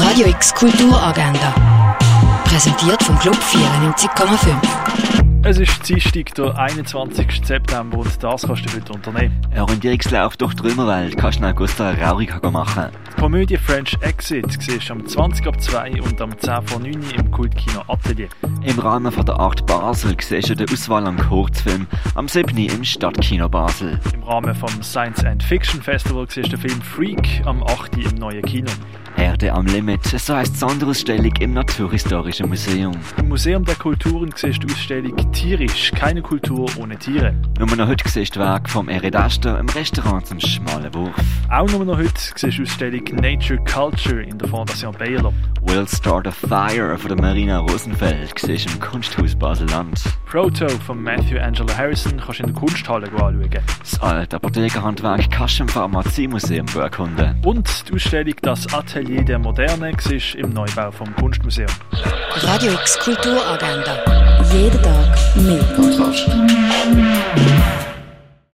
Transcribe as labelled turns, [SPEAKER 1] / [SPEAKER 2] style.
[SPEAKER 1] Radio X Kulturagenda. Präsentiert vom Club 94,5.
[SPEAKER 2] Es ist Dienstag, der 21. September und das kannst du heute unternehmen.
[SPEAKER 3] Ein Rundierungslauf durch die Römerwelt kannst du in August Raurika machen.
[SPEAKER 2] Die Komödie French Exit siehst du am 20 ab 2 und am 10 vor 9 im Kultkino Atelier.
[SPEAKER 3] Im Rahmen von der 8 Basel siehst du die Auswahl am Kurzfilm, am 7. im Stadtkino Basel.
[SPEAKER 2] Im Rahmen vom Science and Fiction Festival siehst du den Film Freak am 8. im neuen Kino.
[SPEAKER 3] Erde am Limit, so heißt die Sonderausstellung im Naturhistorischen Museum.
[SPEAKER 2] Im Museum der Kulturen siehst du die Ausstellung Tierisch, keine Kultur ohne Tiere.
[SPEAKER 3] Nur noch heute siehst du den Weg vom Eredaster im Restaurant zum Schmalen Wurf.
[SPEAKER 2] Auch nur noch heute siehst du die Ausstellung Nature Culture in der Fondation Baylor.
[SPEAKER 3] Will Start a Fire von der Marina Rosenfeld siehst du im Kunsthaus Basel-Land.
[SPEAKER 2] Proto von Matthew Angelo Harrison kannst du in der Kunsthalle anschauen.
[SPEAKER 3] Das alte Apothekerhandwerk kannst du im Pharmaziemuseum erkunden.
[SPEAKER 2] Und die Ausstellung Das Atelier Atelier der Moderne war im Neubau vom Kunstmuseum.
[SPEAKER 1] Radio X Kulturagenda. Jeden Tag mehr.